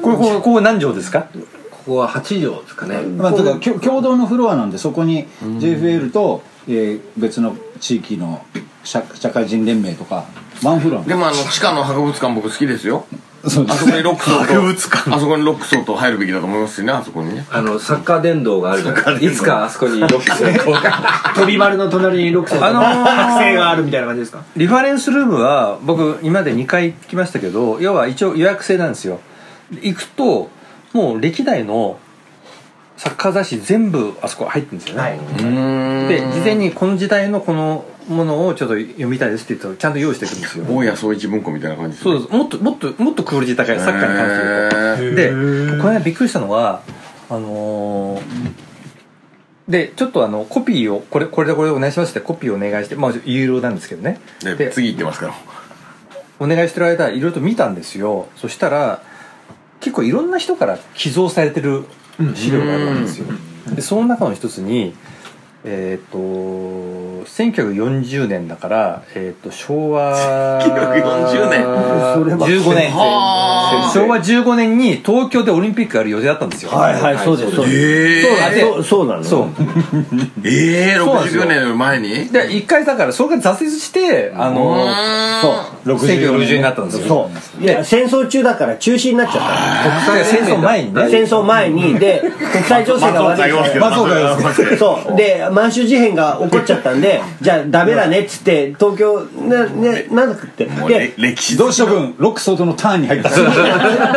S5: これここここ何畳ですか
S7: ここは8畳ですかね
S3: まあ、だからきょ共同のフロアなんでそこに JFL と、えー別の地域の社社会人連盟とかワンフロア
S2: でもあの地下の博物館僕好きですよ
S3: そうで
S2: あ
S3: す
S2: そこにロックソーとあそこにロックソーと入るべきだと思いますよねあそこにね
S7: あのサッカー殿堂があるじゃないいつかあそこにロックスがこう
S4: 飛び丸の隣に6層
S5: あ
S4: あ
S5: の
S4: の
S5: ー
S4: 剥製があるみたいな感じですか
S5: リファレンスルームは僕今まで2回来ましたけど要は一応予約制なんですよ行くともう歴代のサッカー雑誌全部あそこ入ってるんですよね、
S4: はい
S5: で事前にこの時代のこのものをちょっと読みたいですって言うとちゃんと用意していくんですよ
S2: 大谷総一文庫みたいな感じ
S5: そうですもっともっともっとクオリティ高いサッカーに関すると
S2: る
S5: でこの間びっくりしたのはあのーでちょっとあのコピーをこれこれでこれでお願いしますってコピーをお願いしてまあ有料なんですけどね
S2: で次行ってますから
S5: お願いしてる間いろいろと見たんですよそしたら結構いろんな人から寄贈されてる資料があるわけですよ、でその中の一つにえっ、と1940年だから、えっと昭和
S2: 1940年
S5: 15年
S2: はあ
S5: 昭和15年に東京でオリンピックがある予定だったんですよ
S6: はいはいそうですそうです
S2: ええ
S6: そうそうなの
S5: そう
S2: ええ
S5: そうなんですよ
S2: 69年より前に
S5: で一回だからそれが挫折してあの
S3: そう
S5: 1960年になったんですよ
S6: そういや戦争中だから中止になっちゃった
S5: 国際戦争前にね
S6: 戦争前にで国際情勢が悪いから
S3: 松岡洋介
S6: そうで満州事変が起こっちゃったんでじゃあダメだねっつって東京な、ね、なんだっけ
S2: もう
S6: で
S2: れ歴史
S3: どうしよう君ロック相当のターンに入 った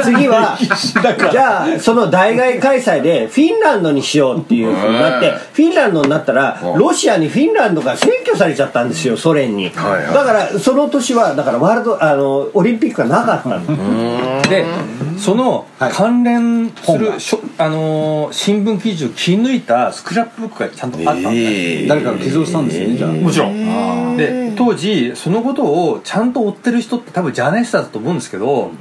S6: 次 は
S3: だから
S6: じゃあその代替開催でフィンランドにしようっていうふうになってフィンランドになったらロシアにフィンランドが占拠されちゃったんですよソ連にだ
S2: はいはい
S6: からその年はだからワールドあのオリンピックがなかったの
S5: でその
S3: はい
S5: 関連す
S3: 本
S5: る
S3: が
S5: しょ、あのー新聞記事を切り抜いたスクラップブックがちゃんとあったんだ、
S2: ええ
S3: 誰かが寄贈したんですよねじゃあ
S5: もちろんで当時そのことをちゃんと追ってる人って多分ジャーナリストだと思うんですけど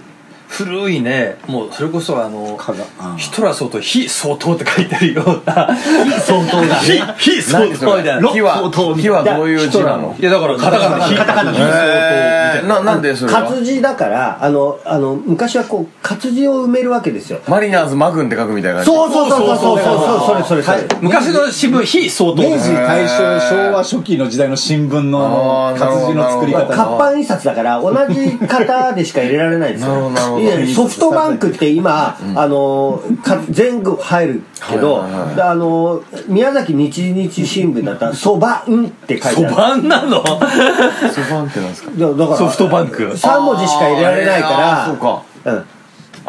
S5: 古いねもうそれこそあの
S3: 蚊があー
S5: ヒトラー相当非相当って書いてるような非相当が非非相
S2: 何そ
S5: 当みたい
S2: れ
S5: な
S2: 火は火はどういう字なの
S5: いやだからカタカナで非相当みた
S2: え
S5: い
S2: え
S5: な
S2: ななんでそれは
S6: 活字だからあのあの昔はこう活字を埋めるわけですよ
S2: マリナーズマグンって書くみたいな
S6: そうそうそうそうそうそうそれそれそれ
S5: 昔の新聞非相当
S3: 明治大正昭和初期の時代の新聞の
S2: あー
S3: 活字の作り
S2: なるほどなるほど
S3: 方
S6: 活版印刷だから同じ型でしか入れられないんです
S2: なるほど
S6: よ
S2: なるほど
S6: いやソフトバンクって今、あのか全部入るけど、
S2: はいはいはい
S6: であの宮崎日日新聞だったら「そばん」って書いてある
S5: 番なの
S2: ソファンってなんですか
S6: だだから
S5: ソフトバンク
S6: 3文字しか入れられないか
S2: あ
S6: ら
S2: ーそうか
S6: うん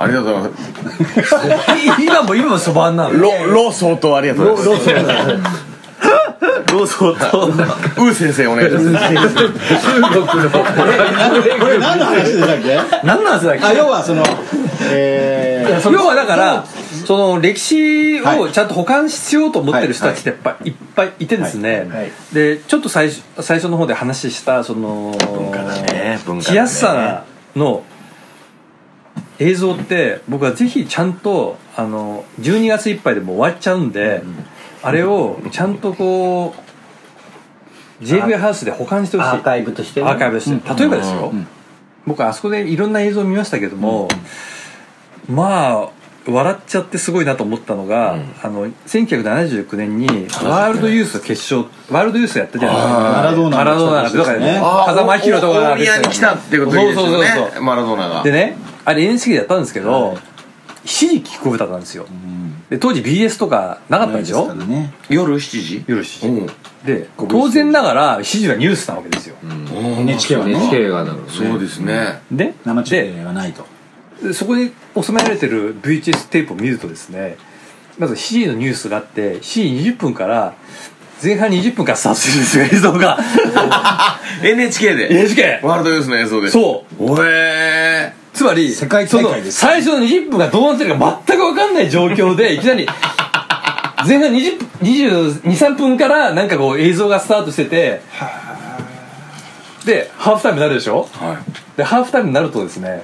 S2: ありがとうございます
S5: 今も今もそばんなの
S2: ロロ相当ありがとう
S6: ロ
S2: ござい
S6: ロ
S2: ます
S6: スの
S5: ロソ
S2: ウ
S5: と
S2: ー先生お願いします
S3: これ何の話でしたっけ
S5: 何なんすだっけ
S3: あ要はそのえー
S5: 要はだからその歴史をちゃんと保管しようと思ってる人たちってやっぱいっぱいいてですね、でちょっと最初最初の方で話したその文化だ
S2: ね文化だね
S5: キヤッサの映像って僕はぜひちゃんとあの12月いっぱいでもう終わっちゃうんで、あれをちゃんとこう JV ハウスで保管してほしい
S6: アーカイブとしてね
S5: アーカイブですね例えばですよ、僕あそこでいろんな映像を見ましたけども、まあ笑っちゃってすごいなと思ったのが、あの1979年にワールドユース決勝ワールドユースやったじゃないですか
S3: マラドーナ
S5: マラドーナ
S3: の
S5: が
S3: 人たちですね
S2: あー
S5: 風間宏とかが
S2: 大宮に来たってことですよね
S5: そうそうそうそう
S2: マラドーナが
S5: でねあれ NHK でやったんですけど、7時聞こえたんですよ、で当時 BS とかなかったんでしょ
S3: からね
S2: 夜7時
S5: 夜7時、
S2: うん
S5: で当然ながら7時はニュースなわけですよ、
S3: NHK はね
S7: NHK がなのね
S2: そうですね
S5: で
S3: 生中
S5: で
S3: 継はないと
S5: でそこに収められてる VHS テープを見るとですねまず C のニュースがあって7時20分から前半20分からスタートするんですよ映像が
S2: NHK で
S5: NHK
S2: ワールドユースの映像で
S5: そう
S2: おえ
S5: つまり
S3: 世界大会です
S5: その最初の20分がどうなってるか全く分かんない状況でいきなり前半223分からなんかこう映像がスタートしててでハーフタイムになるでしょ
S2: ーはい
S5: でハーフタイムになるとですね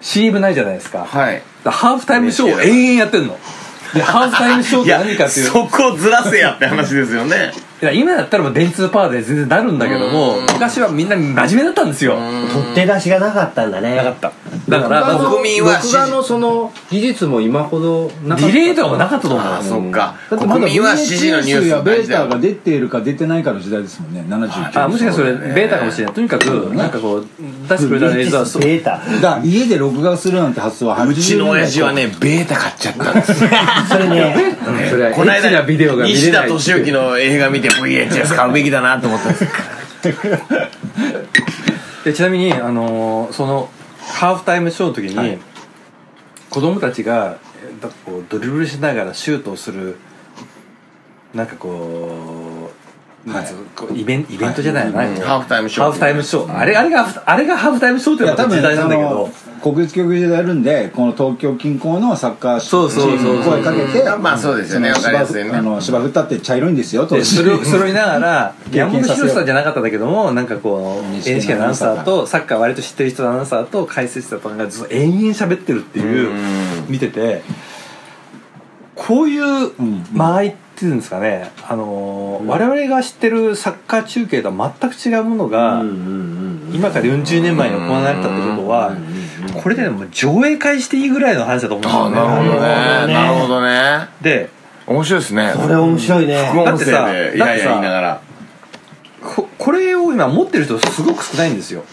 S5: CM ないじゃないですか
S2: はい
S5: だからハーフタイムショーを延々やってんのでハーフタイムショーっ
S2: い
S5: て
S2: や
S5: 何かっていうい
S2: そこずらせやって話ですよね
S5: や今だったらもう電通パワーで全然なるんだけども昔はみんな真面目だったんですよ
S6: 取っ手出しがなかったんだね
S5: なかっただから
S7: 録画の
S2: 国民は
S7: 録画のその技術も今ほどな
S5: ディレイとかもなかったと思う
S2: ああそっか
S3: だってま
S2: 国
S3: だ
S2: 民は7時のニュー
S3: VHS
S2: ス
S3: や
S2: が
S3: ベ
S2: 大
S3: ー
S2: 事だ
S3: タ
S2: よ
S3: が出ているか出てないかの時代ですもんね
S5: あ
S3: 79
S5: もしかしたらそれベータかもしれないとにかくなんかこう出してくれた映像はそう
S6: データ
S3: だから家で録画するなんて発想は
S2: うちの親父は
S3: ね
S2: ねベータ買っちゃったんですよ
S6: それね
S7: それは
S2: この
S7: エッチな
S2: 間
S7: ビデオが見
S2: 西
S7: れ
S2: 田
S7: ない
S2: 敏行の映画見て VHS 買うべきだなと思ったんです
S5: でちなみに、あのーそのハーフタイムショーの時に、子供たちがえーだこうドリブルしながらシュートをするなんかこう,、なんつうのこうイベンイベントじゃないの、なんか
S2: ハーフタイムショー
S5: ハーフタイムショー、あれあれがハーフあれがハーフタイムショーって
S3: い
S5: いう
S3: や
S5: のが
S3: 多
S5: 時
S3: 分
S5: 代な
S3: あ
S5: んだけ
S3: の
S5: ど
S3: 国立競技場でやるんでこの東京近郊のサッカーチ
S5: そうそうそう
S3: ームに声かけて
S2: うんまあそうですよね
S3: その
S2: わか
S3: 芝
S2: りやすいね
S3: あの芝生ったって茶色いんですよ当
S5: で
S3: 時
S5: それをそれを見ながら山本
S3: 験させよう
S5: 博さんじゃなかったんだけどもなんかこう
S3: NHK
S5: NHK のアナウンサーとサッカー割と知ってる人のアナウンサーと解説者とかがずっと延々喋ってるっていう見ててこういう間合いっていうんですかね、あのー我々が知ってるサッカー中継とは全く違うものが、今から40年前に行われたってことは、これでもう上映会していいぐらいの話だと思
S2: あ
S5: う
S2: ー
S5: んですよ
S2: なるほどね
S5: ね。
S2: なるほどね
S5: で
S2: 面白いですね
S6: これ面白いね
S2: 副
S5: だ
S2: 音
S5: って
S2: 声
S5: さ
S2: でいやいや言いながら
S5: ここれを今持ってる人すごく少ないんですよ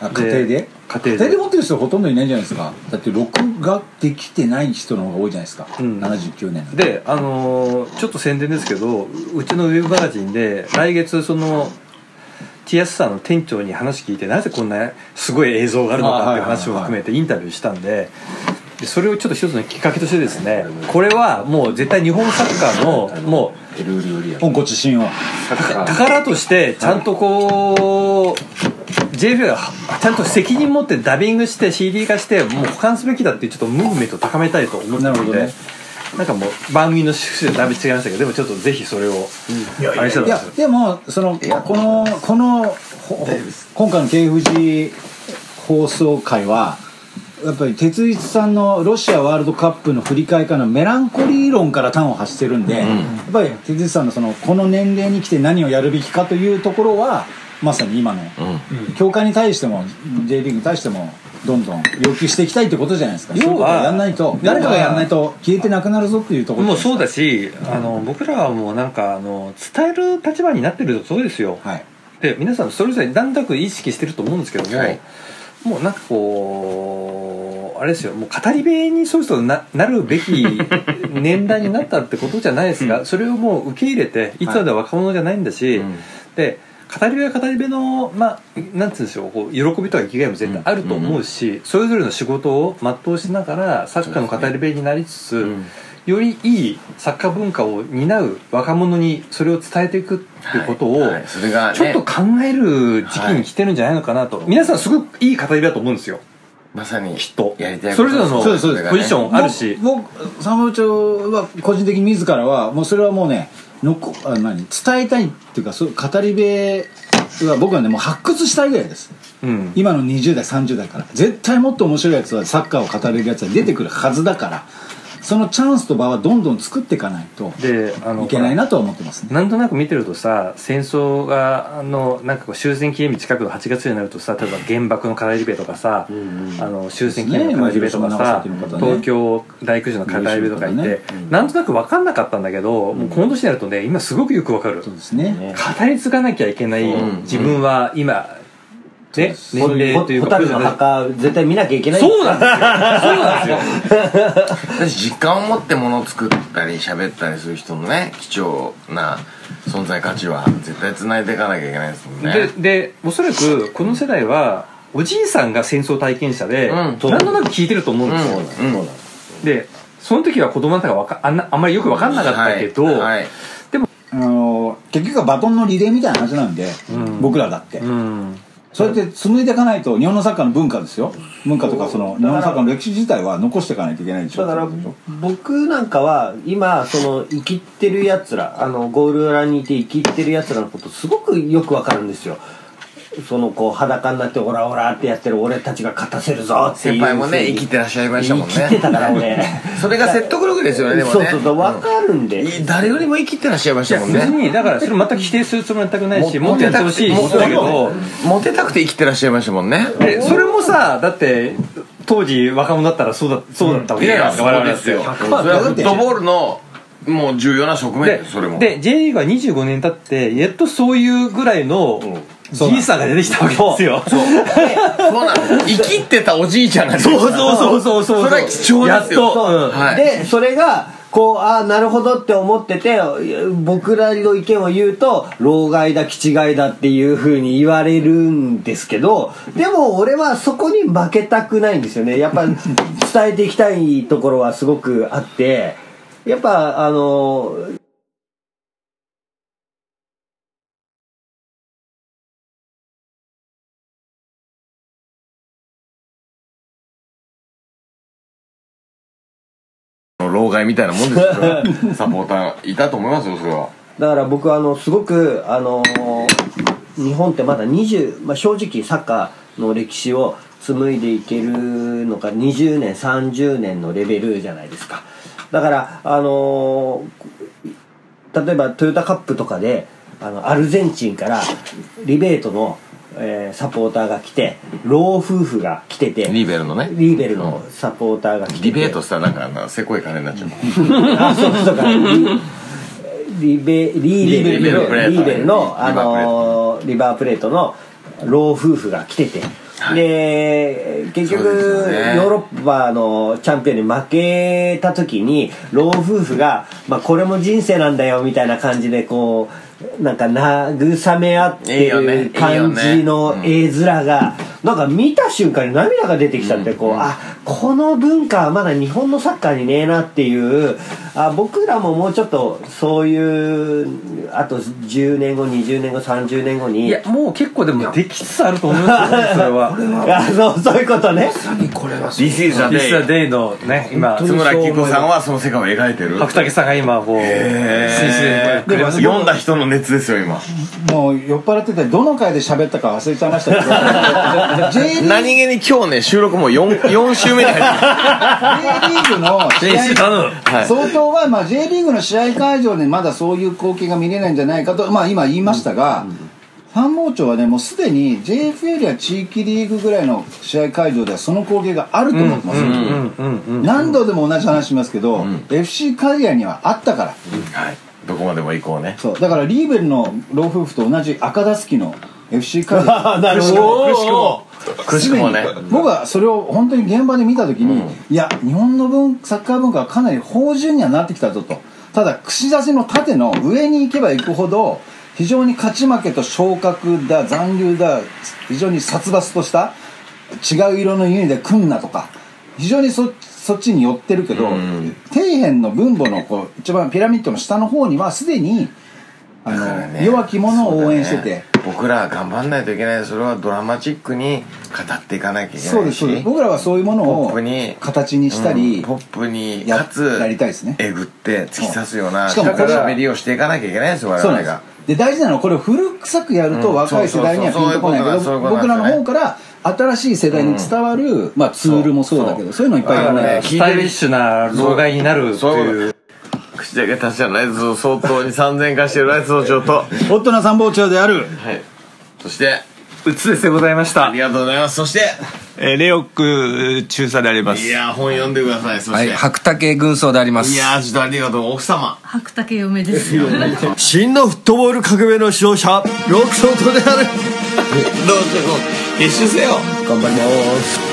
S3: あ家庭で
S5: 家庭
S3: 家
S5: で
S3: 庭で持ってる人ほとんどいないんじゃないですかだって録画できてない人の方が多いじゃないですか、
S5: うん
S3: 79年なんて
S5: であのーちょっと宣伝ですけどううちのウェブマガジンで来月その TS さんの店長に話聞いてなぜこんなすごい映像があるのかっていう話も含めてインタビューしたんででそれをちょっと一つのきっかけとしてですねこれはもう絶対日本サッカーのもう
S7: ペルー料理屋
S3: ポンコチ神話
S7: サッカー
S5: 宝としてちゃんとこう JFA がはちゃんと責任持ってダビングして CD 化してもう保管すべきだっていうちょっとムーブメントを高めたいと思って
S3: なる
S5: る
S3: ほ
S5: の
S3: ど
S5: で
S3: ね
S5: なんかもう番組の趣旨とだいぶ違いましたけどでもちょっとぜひそれをあれしたら
S3: いやでもそのこのこのほ今回の k 富士放送会はやっぱり哲一さんのロシアワールドカップの振り返りからのメランコリー論から端を発してるんで、やっぱり哲一さんのそのこの年齢に来て何をやるべきかというところはまさに今の、教会に対しても J リーグに対してもどんどん要求していきたいってことじゃないですかそういう
S5: 要は
S3: ことをやんないと誰かがやんないと消えてなくなるぞっていうところ
S5: もうそうだ
S3: し
S5: しあの僕らはもうなんかあの伝える立場になってるとそうですよ、
S3: はい
S5: で皆さんそれぞれ何となく意識してると思うんですけども、
S2: はい
S5: もうなんかこうあれですよもう語り部にそういう人な なるべき年代になったってことじゃないですか、それをもう受け入れていつまでも若者じゃないんだし、で語り部は語り部のまあなんて言うんでしょうこう喜びとか生きがいも絶対あると思うし、それぞれの仕事を全うしながらサッカーの語り部になりつつ、よりいいサッカー文化を担う若者にそれを伝えていくっていうことを、
S2: はいそれがね
S5: ちょっと考える時期に来てるんじゃないのかなと、皆さんすごくいい語りだと思うんですよ
S2: まさに
S5: きっと
S2: やりたい
S5: それぞれの
S3: そうですそうです
S5: ポジションあるし
S3: 僕僕サムウチョは個人的に自らはもうそれはもうねのこあ何伝えたいっていうかそう語り部は僕はねもう発掘したいぐらいです
S5: うん
S3: 今の20代30代から絶対もっと面白いやつはサッカーを語れるやつは出てくるはずだからそのチャンスと場はどんどん作っていかないと
S5: であの
S3: いけないなとは思ってますね
S5: なんとなく見てるとさ戦争があのなんかこう終戦記念日近くの8月になるとさ例えば原爆の語り部とかさ、あの終戦記念日の語り部とかさ、
S3: そうですねまあ広島長崎の方ね
S5: 東京大空寺の語り部とかいて、
S3: 広島と
S5: なんとなく分かんなかったんだけど、もうこの年になるとね今すごくよく分かる
S3: そうですね
S5: 語り継がなきゃいけない自分は今、ね年齢という
S6: ホ
S5: か
S6: タルの墓絶対見なきゃいけない
S5: そうなんですよそうなんですよ
S2: 私実感を持ってものを作ったり喋ったりする人のね貴重な存在価値は絶対繋いでいかなきゃいけないですもんね
S5: ででおそらくこの世代はおじいさんが戦争体験者で、
S2: うん
S5: なんとなく聞いてると思うんですよ、
S2: うんうん
S5: でその時は子供だからわかあんなあんまりよく分かんなかったけど、
S2: はいはい
S3: あの結局はバトンのリレーみたいな話なんで、僕らだって、
S5: うん
S3: そうやって紡いでいかないと日本のサッカーの文化ですよ文化とかその日本のサッカーの歴史自体は残していかないといけないでしょ
S6: だから
S3: ってことでしょ
S6: 僕なんかは今その生きってるやつらあのゴール裏にいて生きってるやつらのことすごくよくわかるんですよそのこう裸になってオラオラってやってる俺たちが勝たせるぞってい
S2: 先
S6: う
S2: 輩もね生きてらっしゃいましたもんね
S6: 生きてたから俺
S2: それが説得力ですよねでもね
S6: そうそうそうわかるんで、
S2: いい誰よりも生きてらっしゃいまし
S5: いや
S2: たもんね
S5: 別にだからそれ全く否定するつもりは全くないしもっとやってほしい
S2: モ
S5: しだけど
S2: テたくて生きてらっしゃいましたもんね
S5: でそれもさだって当時若者だったらそうだそうだったわけ
S2: い
S5: じゃ
S2: やい
S5: ない
S2: や
S5: ですか、
S2: そ
S5: 我
S2: う
S5: 々
S2: で
S5: だっ
S2: す
S5: て
S2: よそれはフットボールのもう重要な側面
S5: で
S2: ですそれも
S5: で J リーグは25年経ってやっとそういうぐらいのじいさんが出てきたわけですよ
S2: そうそうなんです生きてたおじいちゃんが出てきた
S5: そうそうそうそうそう。
S2: それは貴重ですよ
S5: やっと。うん
S2: はい
S6: でそれがこうああなるほどって思ってて僕らの意見を言うと老害だ気違いだっていうふうに言われるんですけどでも俺はそこに負けたくないんですよねやっ ぱ伝えていきたいところはすごくあってやっぱあの
S2: 老害みたいなもんですよそれは サポーターいたと思いますよそれは
S6: だから僕はあのすごくあの日本ってまだ20、まあ、正直サッカーの歴史を紡いでいけるのが20年30年のレベルじゃないですかだからあのー例えばトヨタカップとかであのアルゼンチンからリベートの、えーサポーターが来て老夫婦が来てて
S2: リーベルのね
S6: リーベルのサポーターが来て
S2: デ
S6: て
S2: ィベートしたらなんかあのせこい金になっちゃう
S6: あそうそうかリリベリーベル
S2: リーベル
S6: リーベルの
S2: リ
S6: あ
S2: バープレート
S6: のーリバープレートの老夫婦が来てて、で結局
S2: そうですよね
S6: ヨーロッパのチャンピオンに負けた時に老夫婦が、まあ、これも人生なんだよみたいな感じでこうなんか慰め合ってる感じの絵面がなんか見た瞬間に涙が出てきちゃってこう、あこの文化はまだ日本のサッカーにねえなっていうあ僕らももうちょっとそういうあと10年後20年後30年後に
S5: いやもう結構でもできつつあると思いますよそれは
S6: あそうそういうことね
S2: This is a
S5: 実際
S2: day
S5: デイのね今
S2: 津村貴子さんはその世界を描いてる
S5: 白竹さんが今こう
S2: え
S5: 推薦
S2: ー
S5: くれます
S2: 読んだ人の熱ですよ今
S3: もう酔っ払っててどの回で喋ったか忘れちゃいま したけど J リーグ
S2: 何気に今日ね収録もう 4, 4週目に入っ
S3: J リーグの
S2: て
S3: 試 合
S2: むはい
S3: 相当は、まあ、J リーグの試合会場でまだそういう光景が見れないんじゃないかと、まあ、今言いましたが、ファン盲腸はねもうすでに JFL や地域リーグぐらいの試合会場ではその光景があると思ってますよ、何度でも同じ話しますけど、FC 刈谷にはあったから、
S2: はいどこまでも行こうね
S3: そうだからリーベルの老夫婦と同じ赤田月の FC 刈谷
S6: あ なるほど
S2: くしくもくしくもね
S3: 僕はそれを本当に現場で見た時に、いや日本の文サッカー文化はかなり芳醇にはなってきたぞとただ串刺しの盾の上に行けば行くほど非常に勝ち負けと昇格だ残留だ非常に殺伐とした違う色のユニで組んなとか非常にそそっちに寄ってるけど、底辺の分母のこう一番ピラミッドの下の方にはすでにあ
S2: だか
S3: の、
S2: らね
S3: 弱き者を応援してて。
S2: そうだね僕らは頑張んないといけないそれはドラマチックに語っていかなきゃいけないし
S3: そうですそうです僕らはそういうもの
S2: ポ
S3: を
S2: ップに
S3: 形にした
S2: う
S3: り
S2: んポップに
S3: や
S2: かつ
S3: やりたいですね
S2: えぐって突き刺すような
S3: そうしかもこれは
S2: 喋りをしていかなきゃいけないんですよ我
S3: そうなん
S2: 々
S3: です
S2: が
S3: で大事なのはこれを古臭くやる
S2: う
S3: と
S2: ん
S3: 若い世代には
S2: そうそうそ
S3: ピン
S2: う
S3: とこないけど
S2: そういうことなんです
S3: 僕らの方から新しい世代に伝わるまあツールもそうだけどそういうのいっぱいやらない
S2: ね
S3: と
S5: スタイリッシュな老害になるって
S2: そうそう
S5: いう
S2: 口だけ達者なライズを相当に三千化しているライズを長と はい
S3: ホットな参謀長である
S2: そして
S5: うつですでございまし
S2: あ
S5: た
S2: りがとうございますそして
S8: えーレオック中佐でありま
S2: い
S8: す。
S2: やー本読んでくださいそ
S8: は
S2: し
S8: い、
S2: て、
S8: 白竹軍曹であります。
S2: いやーちょっとありがとう奥様
S9: 白竹嫁です。
S8: 真のフットボール革命の指導者、ロックソートである。どうぞ、結集せよ。頑張ります。